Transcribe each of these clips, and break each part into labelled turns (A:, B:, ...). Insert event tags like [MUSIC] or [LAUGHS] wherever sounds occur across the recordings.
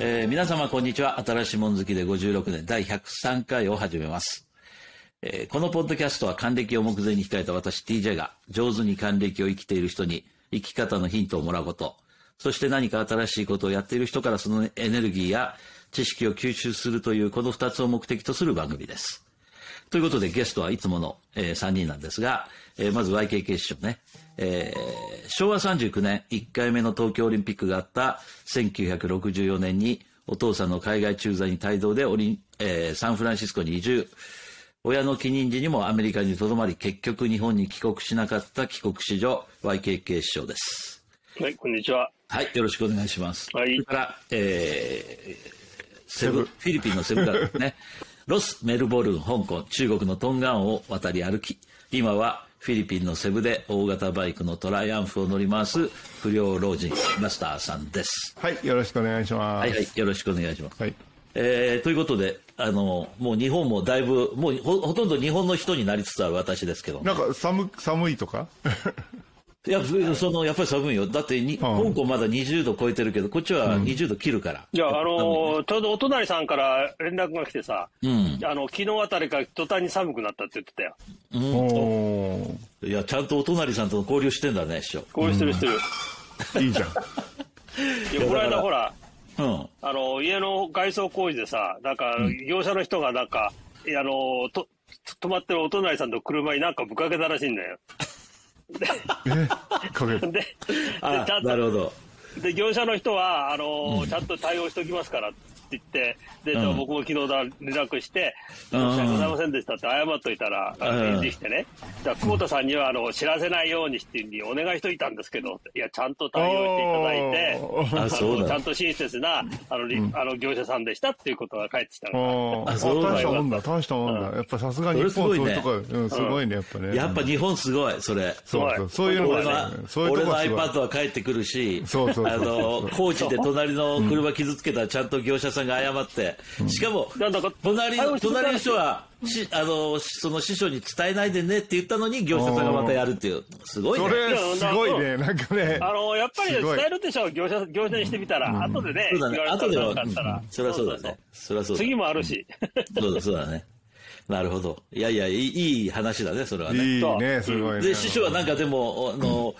A: えー皆様こんにちは。新しいもん好きで56年第103回を始めます。えーこのポッドキャストは還暦を目前に控えた私 TJ が上手に還暦を生きている人に生き方のヒントをもらうこと、そして何か新しいことをやっている人からそのエネルギーや知識を吸収するというこの2つを目的とする番組です。ということでゲストはいつもの、え3人なんですが、えーまず YKK 師匠ね、えー昭和39年1回目の東京オリンピックがあった1964年にお父さんの海外駐在に帯同でオリン、えーサンフランシスコに移住親の帰任時にもアメリカにとどまり結局日本に帰国しなかった帰国子女 YKK 師匠です。
B: はい、こんにちは。
A: はい、よろしくお願いします。
B: はい
A: それから、えーセブ、フィリピンのセブ島です [LAUGHS] ね。ロス、メルボルン、香港、中国のトンガンを渡り歩き、今はフィリピンのセブで大型バイクのトライアンフを乗り回す不良老人、マスターさんです。
C: はい、よろしくお願いしま
A: は
C: す。
A: い、はい、よろしくお願いします。
C: はい
A: えーということで、あの、もう日本もだいぶ、もうほほとんど日本の人になりつつある私ですけども
C: なんか寒寒いとか
A: いや、その、やっぱり寒いよ。だってに、香港まだ20度超えてるけど、こっちは20度切るから。
B: じゃあ、あのーちょうどお隣さんから連絡が来てさ、あの、昨日あたりから途端に寒くなったって言ってたよ。
C: おー
A: いや、ちゃんとお隣さんとの交流してんだね、師匠。
B: こうしてるしてる。
C: いいじゃん。
B: いや、この間ほら、
A: うん。
B: あの、家の外装工事でさ、なんか、業者の人がなんか、いやあのーと、止まってるお隣さんの車になんかぶっかけたらしいんだよ。
C: え、かけ
B: で、
C: る。
B: でち
A: あ
B: ゃん
A: な
B: と
A: るほど。
B: で業者の人はあのーちゃんと対応しておきますからって言って、でじゃあ
A: うん
B: 僕も昨日だ連絡して、
A: う
B: 申
A: ん
B: し訳ございませんでしたって謝っといたら、あの
A: うん
B: 返事してね、じゃあ久保田さんにはあの知らせないようにっていうふうにお願いしといたんですけど、いや、ちゃんと対応していただいて。
A: あ、
B: あ
A: そう
B: のちゃ
A: だ
B: ん。と親切なあの、りあの業者さんでしたっていうことが返ってきた
C: あ
B: の
C: ー
A: あ
C: あ
A: そうだ
C: 大したもんだ、大したもんだ。やっぱさすが日本
A: そ
C: そう
A: れすごいね
C: いうとこ、うん、すごいね、やっぱね。
A: やっぱ日本すごい、それ。
C: そうそう、そういうの
A: 俺の
C: が、ね、そういう
A: 俺
C: とこ
A: の
C: がすごい。
A: iPad は帰ってくるし、
C: そうそうそう
A: あの、工事で隣の車傷つけたらちゃんと業者さんが謝って、しかも
B: なんだか、
A: 隣
B: 対応
A: の、
B: してくれた
A: 隣の人は、しあの、その師匠に伝えないでねって言ったのに業者さんがまたやるっていう。すごい
C: そ
A: ね。
C: れ、すごいね、なんかね。
B: あのやっぱりね
C: すご
B: 伝
C: い
B: えるでしょ、業者業者にしてみたら、後でね、
A: そうだね
B: 言。われた
A: 後では、
B: らなんかあったら
A: うんそりゃそうだね。そりゃそ
B: そうう
A: だ
B: 次もあるし、
A: そうだ、そうだね。なるほど。いやいや、いいいい話だね、それはね。
C: いい
B: そ
C: ね、
B: う
C: すごいね。
A: で、師匠はなんかでも、あの、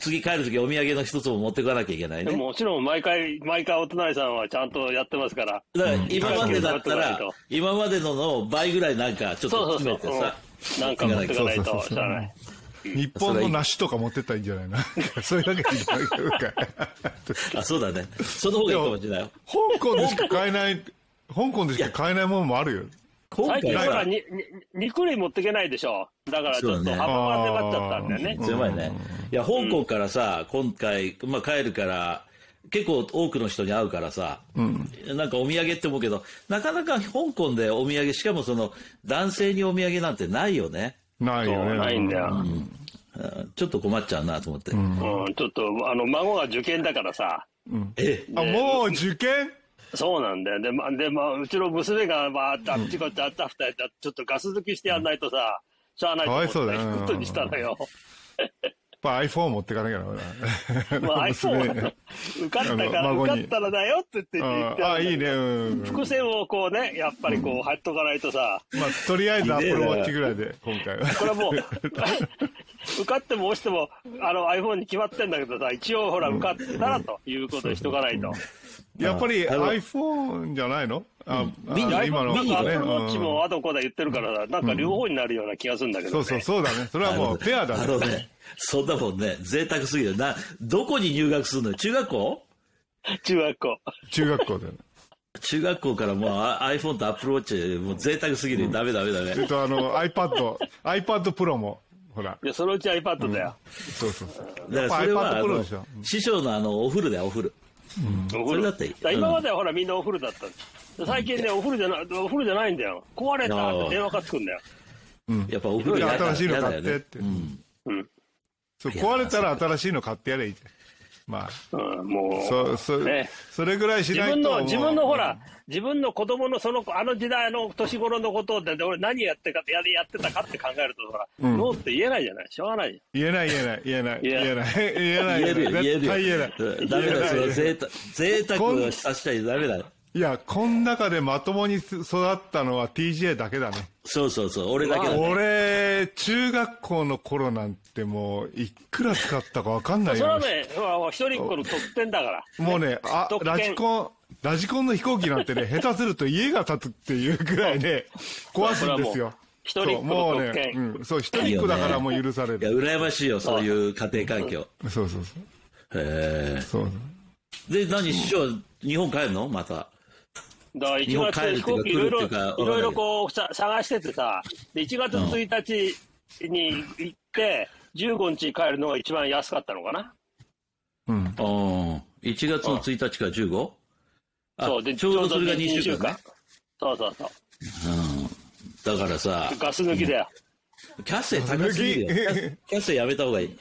A: 次帰るときお土産の一つも持ってかなきゃいけない
B: でも
A: ね。
B: もちろん毎回、毎回お隣さんはちゃんとやってますから。
A: だから今までだった
B: うん
A: ら、今までのの倍ぐらいなんかちょっ
B: そ
A: と
B: うそ
A: 詰め
B: う
A: て
B: そう
A: さ、
B: うん。なんか持ってかない
C: そう
B: と、
C: そうそう
B: 知らない。
C: 日本の梨とか持ってったらいいんじゃないのそれだけじゃないか。
A: あ、そうだね。その方がいいかもしれないよ。
C: 香港でしか買えない、香港でしか買えないものもあるよ。
A: 今
B: 最
A: 回
B: 近ほら、
A: は、
B: にに肉類持ってけないでしょ。だからちょ
A: そう
B: っ
A: だね
B: と幅が粘っちゃったんだよね。
A: 狭いね。いや、香港からさ、今回、まあ帰るから、結構多くの人に会うからさ、なんかお土産って思うけど、なかなか香港でお土産、しかもその、男性にお土産なんてないよね。
C: ないよ
B: そう
C: ね。
B: ないんだよ。
A: うんちょっと困っちゃうなと思って。
B: うん、ちょっと、あの、孫が受験だからさ。
A: え
C: あ、もう受験
B: そうなんだよ。で、ま、で、まあ、うちの娘が、まあ、あっちこっちあったふたやったちょっとガス抜きしてやんないとさ、しゃあないと思って
C: かわいそうだね
B: ことにしたのよ。
C: やっぱ iPhone 持ってかなきゃダメだ。
B: まあ、
C: 娘
B: iPhone は [LAUGHS] 受かったか
C: あ
B: ら、
C: の孫
B: 受
C: に
B: かったらだよって言って言って
C: ああ、いい
B: ね。
C: ね。うん。
B: 伏線をこうね、やっぱりこう、貼っとかないとさ、
C: まあ、とりあえず
A: い
C: Apple
A: いね
C: Watch ぐらいで、今回
B: これ
C: は。
B: はもう、
C: [LAUGHS]
B: 受かっても落ちても、あの iPhone に決まってんだけどさ、一応ほら、受かったらということにしとかないと。
C: やっぱり
A: あの
C: iPhone じゃないのあ、
A: ミニ
C: あ
B: iPhone
C: 今の。
B: なんか Apple
C: うん
B: Watch もあとこうだ言ってるからさ、なんか両方になるような気がするんだけど
C: そ
B: ね。
C: うそう、そうだね。それはもうペアだ
A: あ
C: ね
A: の。ね、そんなもんね、贅沢すぎる。な、どこに入学するの中学校
B: 中学校。
C: 中学校で。
A: 中学校から
C: [LAUGHS]
A: もうあ iPhone と Apple Watch、もう贅沢すぎる。ダメダメダ
C: えっ
A: メ。
C: と、あの、iPad、iPad Pro も、ほら。
B: いや、そのうち iPad だよ。
C: そうそうそう。
A: だからそれは、
C: や
A: あ
C: っぱ iPad Pro
A: の
C: でしょ、
A: 師匠のあの、お風呂だよ、お風呂。
B: お
A: そ
B: 風
A: れ
B: 呂
A: だっていい
B: から今まではほら、みんなお風呂だったんです最近ね、お風呂じゃない、お風呂じゃないんだよ。壊れたって電話かかってくんだよ。
A: やっぱお風呂嫌だ
C: 新しいの
A: 嫌だ
C: 買
A: よ
C: ってっ
A: ね。
C: て。
B: うん。
C: そう壊れたら新しいの買ってやればいいじゃん。まあ、
B: うん、もう。
C: そそ
B: ね
C: それぐらいし
B: 自
C: ないと
B: 分の、自分のほら
C: も、
B: 自分の子供のその、あの時代の年頃のことで、で俺何やってかやり、やってたかって考えると、ほら、
C: うん
B: ノーって言えないじゃない。しょうがないじ
C: う言えない言えない言えない
B: いや
C: 言えない言えない
A: 言えるよ、言える
C: 絶
A: よ
C: 対言えな
A: ダ
C: い。
A: メだ
C: 言え
A: よ、
C: ない
A: その贅沢、贅沢をさせちゃいダメだよ。
C: いやこん中でまともに育ったのは TJ だけだね
A: そうそうそう、俺だけだね。
C: 俺中学校の頃なんてもういくら使ったか分かん
B: ゃ。
C: なんい
B: それは
C: よ
B: ね、ほらほら一人っ子の特典だから。
C: もうねあ
B: 特権
C: ラジコンラジコンの飛行機なんてね下手すると家が建つっていうぐら
A: [LAUGHS]
C: いね壊すんですよ
B: それはもう一人っ子の特権
C: そうもうねうんそう一人っ子だからもう許され
A: いや、
C: る
A: 羨ましいよ、そういう家庭環境。
C: そうそうそう
A: へ
C: そう
A: え。で、何、師匠、日本帰るのまた。
B: だから
A: 日
B: 1
A: 本
B: 月
A: 帰るっていうか来るっ
B: 飛行機いろいろ、い
A: ていうか
B: ろいろこうさ探しててさ、で1月1日に行って、15日帰るのが一番安かったのかな。
C: うん
A: うん。1月の1日から 15? あ
B: そうで
A: ちょうどそれが
B: ちょうど
A: 2週間ね。
B: そうそうそう。
A: だからさ、
B: ガス抜きだよ。
A: キャッセ高すぎるよ。キャッキャッセやめた方がいい。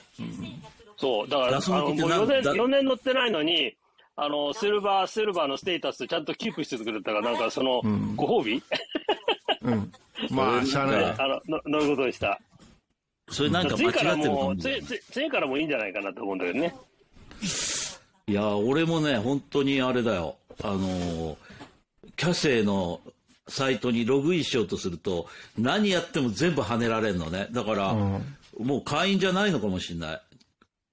B: そう、だから、
A: ガス抜き
B: あの
A: って
B: もう
A: なん
B: 4年
A: だ
B: ,4 年乗ってないのに、あの、シルバー、シルバーのステータスちゃんとキープしててくれたから、なんかその、ご褒美
C: [LAUGHS] うんまあしゃあない
B: [LAUGHS]
C: わ
B: あの、の乗ることにした。
A: それなんか間違
B: 次
A: って
B: から
A: ると思
B: も
A: う
B: う、
A: んだよ
B: 次
A: ね
B: 次次からもいいんじゃないかなと思うんだけどね。
A: いや、俺もね、本当にあれだよ。あのー、キャセイのサイトにログインしようとすると、何やっても全部跳ねられるのね。だから、
C: うん
A: もう会員じゃないのかもしれない。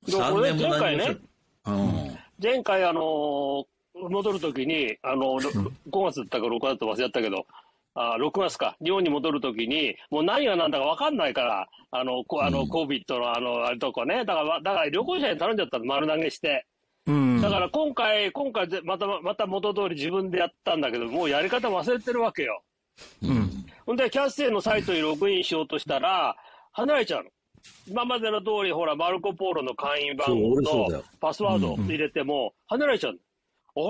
B: でも
A: 3年も
B: 俺前
A: 何
B: 回
A: も
B: ね
A: しうん。
B: 前回、あのー戻るときに、
A: [LAUGHS]
B: あの5月だったか6月だったか忘れちゃったけど、あ6月か、日本に戻るときに、もう何が何だか分かんないから、あの、こあの、コビットのあの、あれとかね、だからわ、だから旅行者に頼んじゃったの、丸投げして。
C: うん
B: だから今回、今回ぜ、また、また元通り自分でやったんだけど、もうやり方忘れてるわけよ。
C: うん
B: ほんで、キャッセイのサイトにログインしようとしたら、離れちゃうの。今までの通り、ほら、マルコ・ポーロの会員番
A: そ
B: 号
A: う俺そうだ
B: と
A: よ
B: パスワードを入れても、離れちゃうの。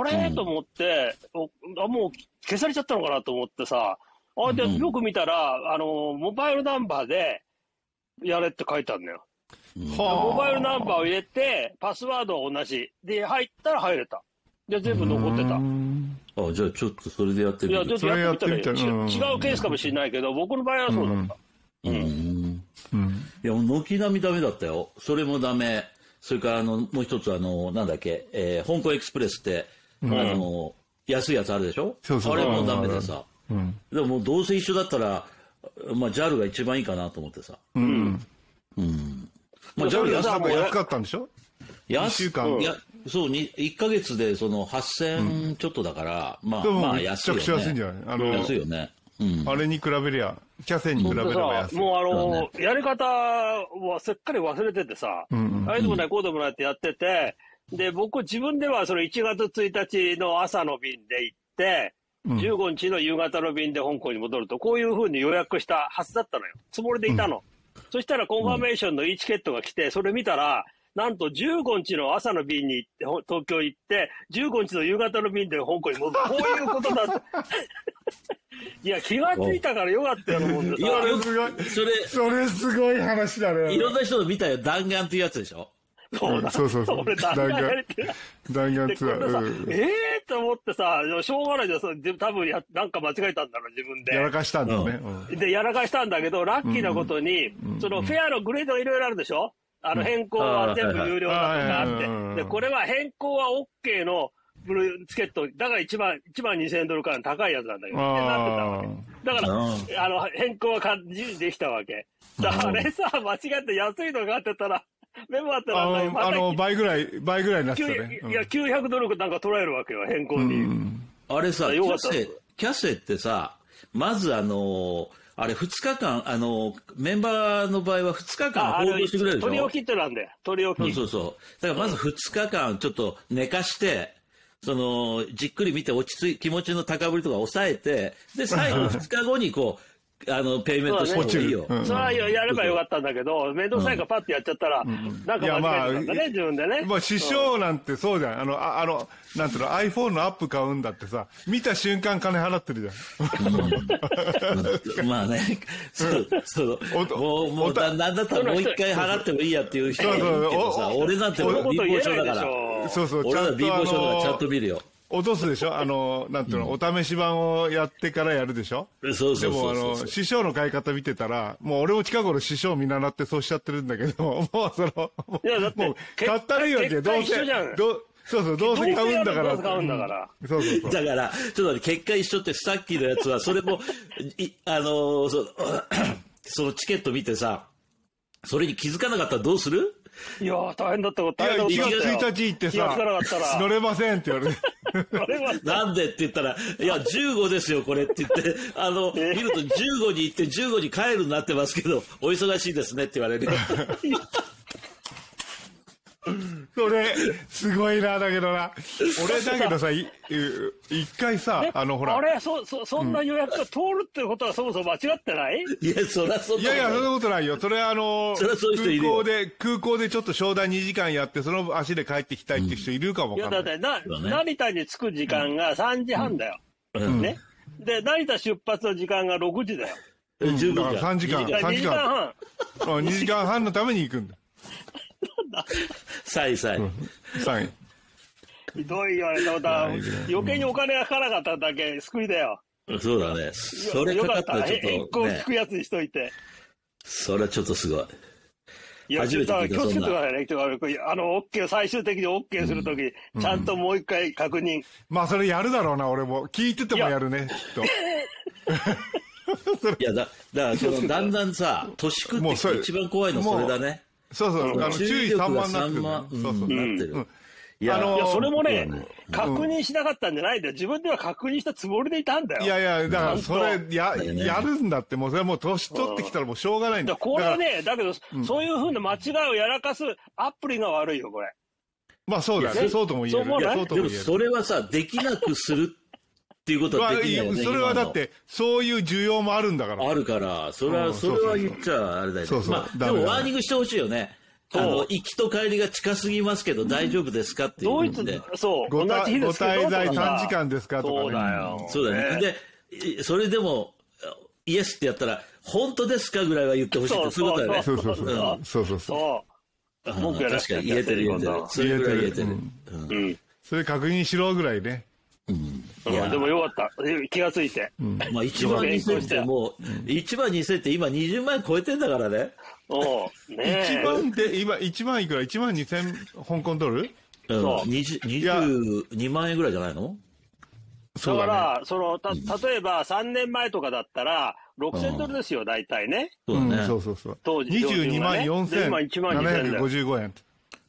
B: あれ、
A: うん
B: と思っておあ、もう消されちゃったのかなと思ってさ、あで
A: うん
B: よく見たら、あの、モバイルナンバーで、やれって書いてあるのよ。
C: はあ
B: モバイルナンバーを入れて、パスワードは同じ。で、入ったら入れた。で、全部残ってた
C: う。ん
A: あ、じゃあちょっとそれでやって
B: い
A: み
B: や、
A: る
B: ちょっとやってみたらいい
C: それやってみたら
B: 違う違うケースかもしれないけど、僕の場合はそうだった。
A: うん。
C: うん
A: いや、もう軒並みダメだったよ。それもダメ。それから、あの、もう一つ、あの、なんだっけ、えー香港エクスプレスって、あの、安いやつあるでしょ
C: そうそう
A: あれもダメでさ。
C: うん
A: でももうどうせ一緒だったら、まあ、JAL が一番いいかなと思ってさ。
C: うん
A: うん。まあ、
B: そ
A: JAL
B: れで
A: 安
B: さ
A: か
C: 多
A: った
C: 分安かったんでしょ
A: 安
C: 一週間
A: いや、そう、に1ヶ月でその8000ちょっとだから、まあ、
C: でも
A: まあ
C: め
A: 安い
C: ち
A: よ
C: ゃ
A: ね。
C: くちゃ安いんじゃないあの
A: 安いよね。うん。
C: あれに比べりゃ、キャセイに比べれば
B: さ
C: 安い。
B: もうあの、やり方はすっかり忘れててさ、
C: うん
B: あれでもない、こうでもないってやってて、で、僕自分ではその1月1日の朝の便で行って、
C: うん
B: 15日の夕方の便で香港に戻ると、こういうふうに予約したはずだったのよ。つもりでいたの。そしたらコンファメーションの E チケットが来て、それ見たら、なんと15日の朝の便に行って、ほ東京行って、15日の夕方の便で香港に戻る。こういうこと
C: [LAUGHS]
B: だ。いや、気がついたからよかったよ、もんでさ
A: いやよく
C: すごい
A: それ、
C: それすごい話だね
A: いろんな人の見たよ。弾丸っていうやつでしょ
B: そうだ
C: そうそうそう
B: [LAUGHS] 俺、だんだんやれてる。
C: 弾丸
B: で、こ
C: ツア
B: れさ、
C: ー、うん
B: ええー、と思ってさ、しょうがないじゃん。そうで多分や、なんか間違えたんだろう、自分
C: やら
B: で。
C: かしたんだね。
B: で、やらかしたんだけど、ラッキーなことに、そのフェアのグレードがいろいろあるでしょあの、変更
A: あ
B: は
A: ー
B: 全
A: は
B: 部
A: いはい
B: 有料だと
C: あーはいはい
B: か
C: は
B: あっ
C: い
B: て。で、これは変更は OK の、ブルーチケット、だから1万、1万2000ドルから高いやつなんだけ
C: うん
B: ど、ってなってたわ
C: あ
B: け。
C: ー
B: だから、
A: うん
B: あの、変更は感じできたわけ。だからあれさ、間違って安いのがあってたら、メモあったら、
C: あの、あの、倍ぐらい、倍ぐらいになってたね。
B: 9いや、900ドルなんか取られるわけよ、変更
C: うん
B: に。
A: あれさ、
B: あ
A: キ
B: よか
A: ャ
B: った
A: セ、キャセってさ、まずあのーあれ2日間、あのーメンバーの場合は2日間
B: ああ
A: 報
B: の
A: 道してくれるでしょ
B: 取り置きってなんだよ、取り置
A: そう
B: き。
A: そうそう。だからまず2日間ちょっと寝かして、その、じっくり見て落ち着い、気持ちの高ぶりとか抑えて、で、最後2日後にこう、あの、ペイメントしてもいいよ。
C: そうだねうん
B: それはやればよかったんだけど、面倒くさいからパッとやっちゃったら、なんか間違えてたんだね、自分でね。
C: まあ、師匠なんてそうじゃん。あの、ああの、なんていうの、iPhone のアップ買うんだってさ、見た瞬間金払ってるじゃん。
A: まあね、そう、そう
C: おと、
A: もう、も
C: お
A: う、
C: た
A: ななんだったらもう一回払ってもいいやっていう人がいるけど
C: そう
A: さ、
C: そう
A: 俺なんて貧
B: そんなこと言え
A: 乏症
B: な
A: だ
B: いで
A: か
B: し
A: ら、
B: ょ。
C: そうそう、
A: 俺
C: ちゃ
A: ら
C: ん
A: 貧
C: とあ
A: 乏症だからちゃんと
C: の、
A: 見るよ。
C: 落とすでしょあの、なんていうの、お試し版をやってからやるでしょ
A: そうそう
C: で
A: そう
C: も、あ
A: そう
C: の、師匠の買い方見てたら、もう俺も近頃師匠見習ってそうしちゃってるんだけど、 [LAUGHS] もうその、もう、
B: いやだって
C: もう
B: 結
C: 買ったらいいわけ
B: 結
C: よ、ど
B: 果
C: う
B: 一緒じゃ
C: せ
B: ん。
C: どうそうそう、どうせ買うんだから。
B: どうせ買うんだから
C: うん。そうそうそう。
A: だから、ちょっと待って結果一緒ってさっきのやつは、それも、いあの [COUGHS] ーそうそのチケット見てさ、それに気づかなかったらどうする
B: いやー、大変だったこと、
C: い
B: 大
C: や、1
B: 変だった
C: 月1日行って
B: 気が
C: さ
B: つかなかった、ら
C: 乗れませんって言われて。
B: あれは、
A: なんでって言ったら、いや、15ですよ、これって言って、あの、見ると15に行って15に帰るになってますけど、お忙しいですねって言われ
C: [LAUGHS]
A: るよ。
C: それ、すごいな、だけどな。俺、だけどさ、いいう一回さ、あの、ほら
B: あ。れそ、そ、そんな予約が通るってことはそもそも間違ってない
A: いや、そらそん
C: い
A: な
C: やいや、そんな
A: こ
C: ことないよ。それはあの、
A: そりゃそういう人い
C: 空
A: るよ
C: 港で、空港でちょっと商談2時間やって、その足で帰ってきたいっていう人いるかも
B: い
C: わ
B: や、
C: か
B: だっ
C: んない。
B: て、な、
A: そうだね
B: 成田に着く時間が3時半だよ。
A: とないうん
B: ね。で、成田出発の時間が6時だよ。
A: うん十分
C: だから3時間
A: 二
B: だから2
C: 3
B: 時
C: 時
B: 間
C: 間
B: 半。
C: 2時間半のために行くんだ。
A: さいさい。
C: 3位。
B: ひどいよね、ただ余計にお金がかからなかっただけ救いだよ。
A: そうだね。それ
B: よ
A: か
B: か
A: か
B: っ
A: った
B: た。
A: らち
B: へ変
A: ょっ
B: 更
A: と、
B: 聞
A: ね、
B: くやつにしといて。
A: それはちょっとすごい。
B: いや、
A: 初
B: 気を
A: めて聞い
B: つけて
A: た
B: くだ
A: そんな
B: さいね、北川君。あの、OK、最終的に OK するとき、ちゃんともう一回確認。
C: まあ、それやるだろうな、俺も。聞いててもやるね、きっ
A: いや、だ、だからその、だんだん
C: [LAUGHS]
A: さ、年食ってきて一番怖いの
C: も
A: そうれだね。
C: と。そうそう、あの、注意散漫になって
A: 注
C: る
A: 意力が散漫
C: んだよそ
A: う
C: う
A: ん
C: そう。
A: なってる。い
C: あ
A: や、
C: の
B: いや、それもね
A: そうだね、
B: 確認しなかったんじゃないんだよ。自分では確認したつもりでいたんだよ。
C: いやいや、だから、
B: 本当
C: それ、や、
A: だよね
C: やるんだって、もう、それはもう、年取ってきたらもうしょうがないん
B: だ
C: だ。
B: これは
C: だから、
B: ね、だけど、そういうふうな間違いをやらかすアプリが悪いよ、これ。
C: まあ、そうだよ
A: い
C: ね。
A: や
C: そうとも言える。
B: そう思わない
C: いやそうと
A: で
C: も
A: も
C: 言える。
A: それはさ、できなくするっていうこと
C: ま
A: は
C: あ
A: できないよね。
C: それは
A: 今
C: だ
A: の
C: って、そういう需要もあるんだから。
A: あるから、それ
C: う
A: は、
C: ん
A: それは言っちゃあれだよ
C: そう
A: ね。
C: そう
A: まあ、で
C: ダメ
A: も
C: だ
A: ワーニングしてほしいよね。あの、行きと帰りが近すぎますけど大丈夫ですかってい
B: ド
A: う
B: イ
A: ん
B: ツ
A: で。、
B: そう、
C: ご
B: 同
C: た
B: じ日ですけど
C: ご滞在
B: とかさ
C: 短時間ですかとかね
B: そうだよ。
A: そうだね。で、それでも、イエスってやったら、本当ですかぐらいは言ってほしいって、そういうことだよね。
C: そうそうそう
A: うん
C: そうそうそう。
B: そう。
A: うん
B: 文句やら
A: 確かに言えてる言えてる。それぐらい言えてる。うん
B: うん。
C: それ確認しろぐらいね。
A: い
B: うん
A: や
B: でもよかった。え気がついて。
A: まあ1万2000ってもう、1万2000って今20万超えてんだからね。
B: おうねえ
C: 1万で、今、1万いくら ?1 万2000香港ドル
A: うん
B: そう
A: 20
C: いや
A: 22万円ぐらいじゃないの
C: そう
B: だか
C: だね。
B: ら、その、た、例えば3年前とかだったら、6000ドルですよ、大体ね。
A: そううだね。
C: ん、そうそうそう。
B: 当時
C: 22万
B: で今1万2000だよ
C: 4755円。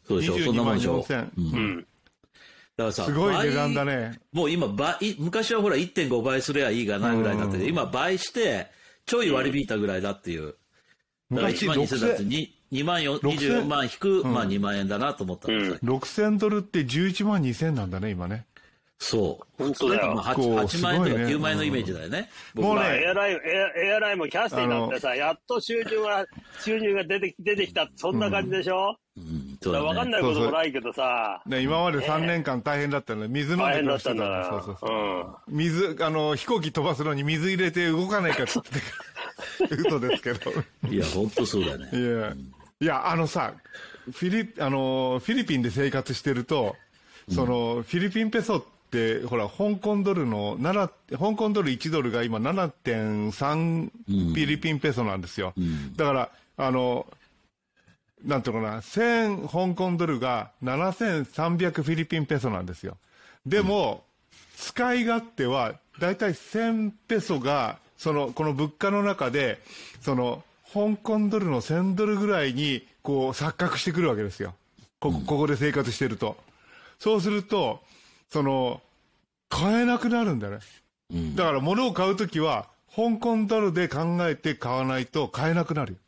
A: そうでしょ、そん
C: 22
A: なもん
C: 万
A: でしょ。だ
C: 4000。
B: うん。
A: からさ、
C: すごい値段だ
A: 倍。
C: ね。
A: もう今倍、昔はほら1.5倍すればいいかなぐらいだったけど、今倍して、ちょい割り引いたぐらいだっていう。だから1
C: 昔
A: 万2000だって
C: 6000、
A: 2、2万4、
C: 6000
A: 24万引く、まあ2万円だなと思ったんですよ
C: 6000ドルって11万2000なんだね、今ね。
A: そう。
B: 本当だよ
A: まあ8
C: こう
A: 8万円と
C: す
A: か
C: ごいね
A: 9万円のイメージだよね。
C: うん
A: 僕
C: もう
B: ま
A: は
B: あ、
C: ね
B: エアライン、エアエアラインもキャスティになってさ、やっと収入が、収入が出てき、出てきた、そんな感じでしょ、
A: うん、そう
B: だから分
A: だ
B: かん
A: ね。
B: ないこともないけどさ、
C: ね、今まで3年間大変だったの水飲ん
B: 大変
C: で暮
B: だ
C: ら
B: っ
C: して
B: た
C: た
B: ん
C: か。
B: だから
C: そう
B: ら。
C: そうそう。
B: うん。
C: 水、あの、飛行機飛ばすのに水入れて動かないかって
B: [LAUGHS]
C: 言ってた嘘ですけど。
A: いや、本当そうだね。
C: いや、いや、あのさ、フィリ、あの、フィリピンで生活してると、その、フィリピンペソって、ほら、香港ドルの7、香港ドル1ドルが今7.3フィリピンペソなんですよ。だから、あの、なんていうのかな、1000香港ドルが7300フィリピンペソなんですよ。でも、使い勝手は、だいたい1000ペソが、その、この物価の中で、その、香港ドルの1000ドルぐらいに、こう、錯覚してくるわけですよ。ここ、ここで生活してると。そうすると、その、買えなくなるんだよね。だから物を買うときは、香港ドルで考えて買わないと買えなくなるよ。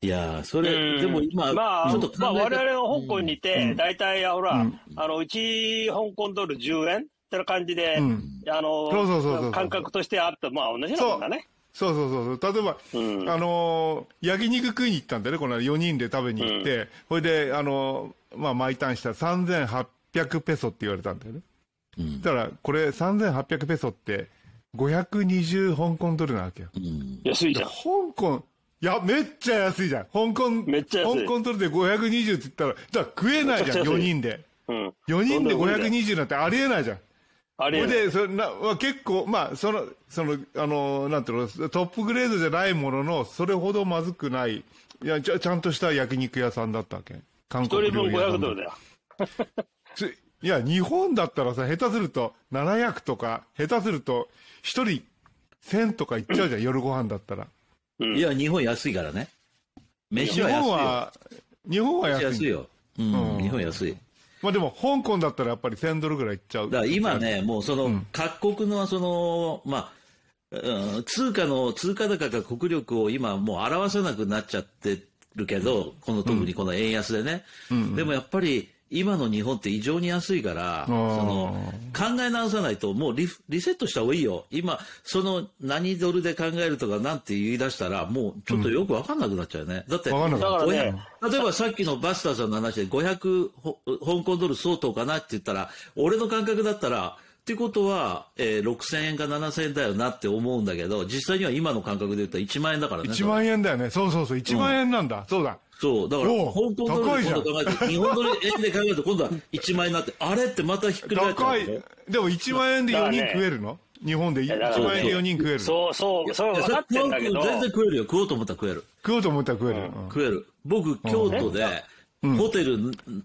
A: いや、それ、でも今、
B: まあ、
A: ちょっと
B: まあ、
A: 考え
B: 我
A: て
B: 々が香港にいて、大体、ほら、あの、うち、香港ドル10円ってな感じで、
C: うん
B: あの、
C: そうそうそうそう
B: 感覚としてあった、まあ、同じようなもんだね。
C: そうそうそうそう。例えば、
B: うん
C: あのー焼肉食いに行ったんだよね、この4人で食べに行って、それで、あのーまあ、毎単したら3800ペソって言われたんだよね。
A: うん
C: だから、これ3800ペソって、520香港ドルなわけよ。
A: うん
B: 安いじ
C: 香
B: ゃん。
C: 港、いや、めっちゃ安いじゃん。香港、
B: めっちゃ安い
C: 香港ドルで520って言ったら、だから食えないじゃん、
B: めっちゃ安い
C: 4人で。
B: うん。
C: 4人で
B: そんな無理だよ
C: 520なんてありえないじゃん。
B: あれ
C: ほ
B: や
C: い
B: ね
C: で、それなまあ結構、まあ、その、その、あの、なんていうの、トップグレードじゃないものの、それほどまずくない、いや、ちゃちゃんとした焼肉屋さんだったわけ。韓
B: 一
C: 国
B: 人
C: 料
B: 分
C: 理屋さ
B: 500
C: ん
B: ドルだよ。
C: ついや、日本だったらさ、下手すると700とか、下手すると1人1000とかいっちゃうじゃん、夜ご飯だったら。
B: うん
A: いや、日本安いからね。飯
C: 日
A: は
C: 本
A: 安
C: は、日本はい
A: よ。
C: 安い。
A: 安いよ。うん、日本安い。
C: まあでも、香港だったらやっぱり1000ドルぐらいいっちゃう。
A: だから今ね、もうその、各国のその、まあ、うん通貨の、通貨高が国力を今もう表せなくなっちゃってるけど、この特にこの円安でね。でもやっぱり今の日本って異常に安いから、
C: ー
A: その、考え直さないともうリフリセットした方がいいよ。今、その何ドルで考えるとかなんて言い出したら、もうちょっとよくわかんなくなっちゃうよね。だって、
C: わかんな
B: だ
C: か
B: か
C: っ
B: ら
A: おや
B: ね、
A: 例えばさっきのバスターさんの話で500ほ香港ドル相当かなって言ったら、俺の感覚だったら、ってことは、えー6000円か7000円だよなって思うんだけど、実際には今の感覚で言ったら1万円だから
C: た。
A: ね。
C: 1万円だよね。そうそうそう、1万円なんだ。そうだ。
A: そう、だから、香
C: おう
A: 港ド
C: 高
A: ル
C: い
A: で
C: じゃ
A: 今度
C: ん
A: 考えて、日本ドル円で考えると今度は1万円になって、あれってまたひっくり返っちゃ
C: 高
A: う
C: い
A: んだよ。
C: でも1万円で4人食えるの、日本で1
B: だから
C: 万円で4人食えるの
B: そうそう、それ
A: い
B: は
A: や
B: 分かってんだけ
A: それ
B: ど、
A: 食う全然食えるよ。食おうと思ったら食える。
C: 食おうと思ったら食える、うん
A: 食える。僕、京都で、ホテル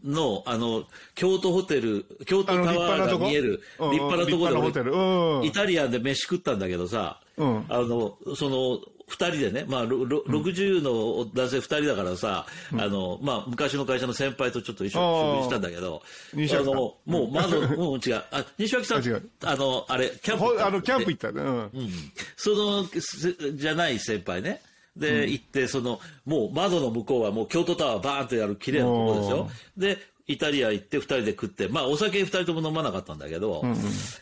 A: の、あの、京都ホテル、京都
C: あ
A: タ
C: の立
A: ワ
C: 派
A: ー
C: なと
A: が
C: こ
A: 見える、
C: うん
A: 立派なとこで
C: 立派なホテルうん
A: 俺、イタリアンで飯食ったんだけどさ、
C: うん
A: あの、その、二人でね、まあ、ろろ60の男性二人だからさ、あの、まあ、昔の会社の先輩とちょっと一緒に食事したんだけど、
C: 西脇
A: あ
C: さん
A: の、もう窓、もう違う、あ、西脇さ、
C: あ違うん
A: あの、あれ、キャンプ行っ
C: ほ
A: た。
C: あのキャンプ行ったね、うん
A: うんそのせじゃない先輩ね。で、行って、その、もう窓の向こうはもう京都タワーバーンとやる綺麗なとこですよ。で、イタリア行って二人で食って、まあお酒二人とも飲まなかったんだけど、